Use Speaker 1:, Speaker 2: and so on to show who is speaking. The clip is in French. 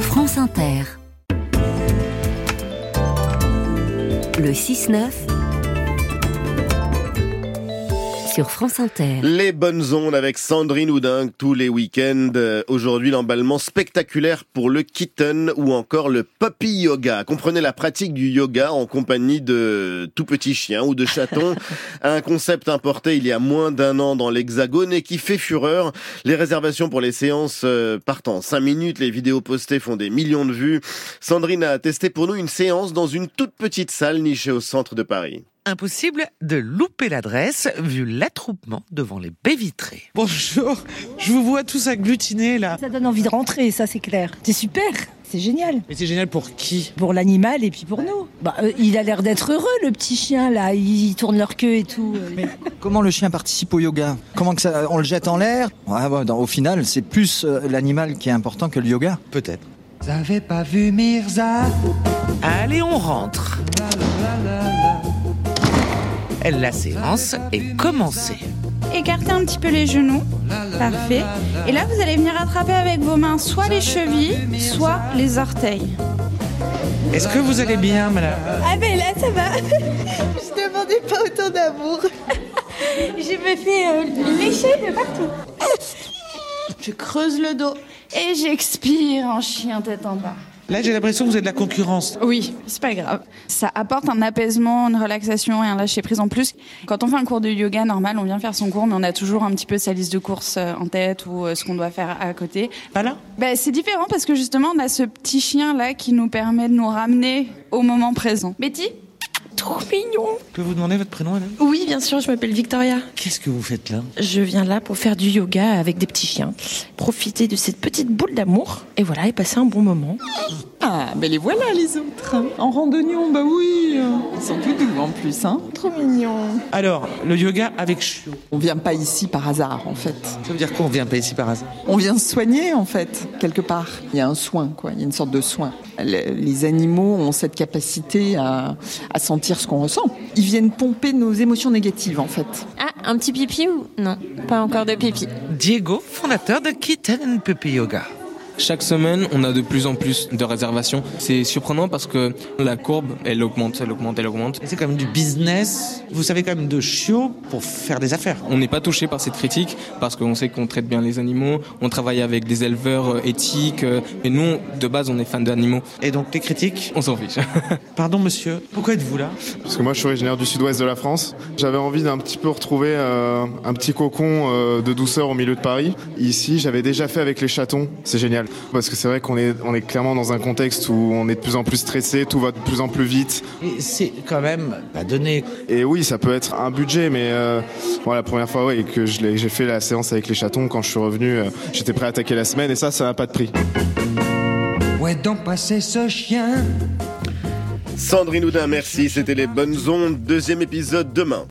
Speaker 1: France Inter. Le 6-9 sur France Inter.
Speaker 2: Les bonnes ondes avec Sandrine Houdin tous les week-ends. Euh, Aujourd'hui, l'emballement spectaculaire pour le kitten ou encore le puppy yoga. Comprenez la pratique du yoga en compagnie de tout petits chiens ou de chatons. un concept importé il y a moins d'un an dans l'Hexagone et qui fait fureur. Les réservations pour les séances euh, partent en 5 minutes. Les vidéos postées font des millions de vues. Sandrine a testé pour nous une séance dans une toute petite salle nichée au centre de Paris.
Speaker 3: Impossible de louper l'adresse vu l'attroupement devant les baies vitrées.
Speaker 4: Bonjour, je vous vois tous agglutinés là.
Speaker 5: Ça donne envie de rentrer, ça c'est clair. C'est super, c'est génial.
Speaker 4: Mais c'est génial pour qui
Speaker 5: Pour l'animal et puis pour nous. Bah, euh, il a l'air d'être heureux le petit chien là, il tourne leur queue et tout. Euh,
Speaker 6: Comment le chien participe au yoga Comment que ça, on le jette en l'air Ouais, ouais, dans- Au final, c'est plus euh, l'animal qui est important que le yoga.
Speaker 4: Peut-être.
Speaker 7: Vous avez pas vu Mirza
Speaker 3: Allez, on rentre. La séance est commencée.
Speaker 8: Écartez un petit peu les genoux. Parfait. Et là, vous allez venir attraper avec vos mains soit les chevilles, soit les orteils.
Speaker 4: Est-ce que vous allez bien, madame
Speaker 8: Ah ben là, ça va.
Speaker 9: Je demandais pas autant d'amour.
Speaker 8: Je me fais euh, lécher de partout. Je creuse le dos et j'expire en chien tête en bas.
Speaker 4: Là, j'ai l'impression que vous êtes de la concurrence.
Speaker 8: Oui, c'est pas grave. Ça apporte un apaisement, une relaxation et un lâcher prise en plus. Quand on fait un cours de yoga normal, on vient faire son cours, mais on a toujours un petit peu sa liste de courses euh, en tête ou euh, ce qu'on doit faire à côté.
Speaker 4: Pas là
Speaker 8: Ben, c'est différent parce que justement, on a ce petit chien là qui nous permet de nous ramener au moment présent. Betty
Speaker 9: Trop mignon.
Speaker 4: Je peux vous demander votre prénom, madame
Speaker 9: Oui, bien sûr, je m'appelle Victoria.
Speaker 4: Qu'est-ce que vous faites là
Speaker 9: Je viens là pour faire du yoga avec des petits chiens, profiter de cette petite boule d'amour et voilà, et passer un bon moment.
Speaker 10: Ah, ben les voilà les autres. hein. En randonnion, bah oui. Ils sont tout doux en plus. Hein.
Speaker 9: Trop mignon.
Speaker 4: Alors, le yoga avec chiot.
Speaker 10: On vient pas ici par hasard en fait.
Speaker 4: Ça veut dire quoi On vient pas ici par hasard.
Speaker 10: On vient se soigner en fait, quelque part. Il y a un soin, quoi. Il y a une sorte de soin. Le- Les animaux ont cette capacité à, à sentir ce qu'on ressent. Ils viennent pomper nos émotions négatives en fait.
Speaker 11: Ah, un petit pipi ou non Pas encore de pipi.
Speaker 3: Diego, fondateur de Kitten Puppy Yoga.
Speaker 12: Chaque semaine, on a de plus en plus de réservations. C'est surprenant parce que la courbe, elle augmente, elle augmente, elle augmente.
Speaker 4: Et c'est quand même du business. Vous savez quand même de chiots pour faire des affaires.
Speaker 12: On n'est pas touché par cette critique parce qu'on sait qu'on traite bien les animaux, on travaille avec des éleveurs euh, éthiques, euh, et nous, on- de base, on est fans d'animaux.
Speaker 4: Et donc, les critiques.
Speaker 12: On s'en fiche.
Speaker 4: Pardon, monsieur. Pourquoi êtes-vous là
Speaker 13: Parce que moi, je suis originaire du sud-ouest de la France. J'avais envie d'un petit peu retrouver euh, un petit cocon euh, de douceur au milieu de Paris. Ici, j'avais déjà fait avec les chatons. C'est génial. Parce que c'est vrai qu'on est, on est clairement dans un contexte où on est de plus en plus stressé, tout va de plus en plus vite.
Speaker 4: Et c'est quand même pas donné.
Speaker 13: Et oui, ça peut être un budget, mais euh, bon, la première fois ouais, que je l'ai- j'ai fait la séance avec les chatons, quand je suis revenu, euh, j'étais prêt à attaquer la semaine et ça, ça n'a pas de prix.
Speaker 7: Où est donc passé ce chien
Speaker 2: Sandrine Houdin, merci. C'était les bonnes ondes. Deuxième épisode demain.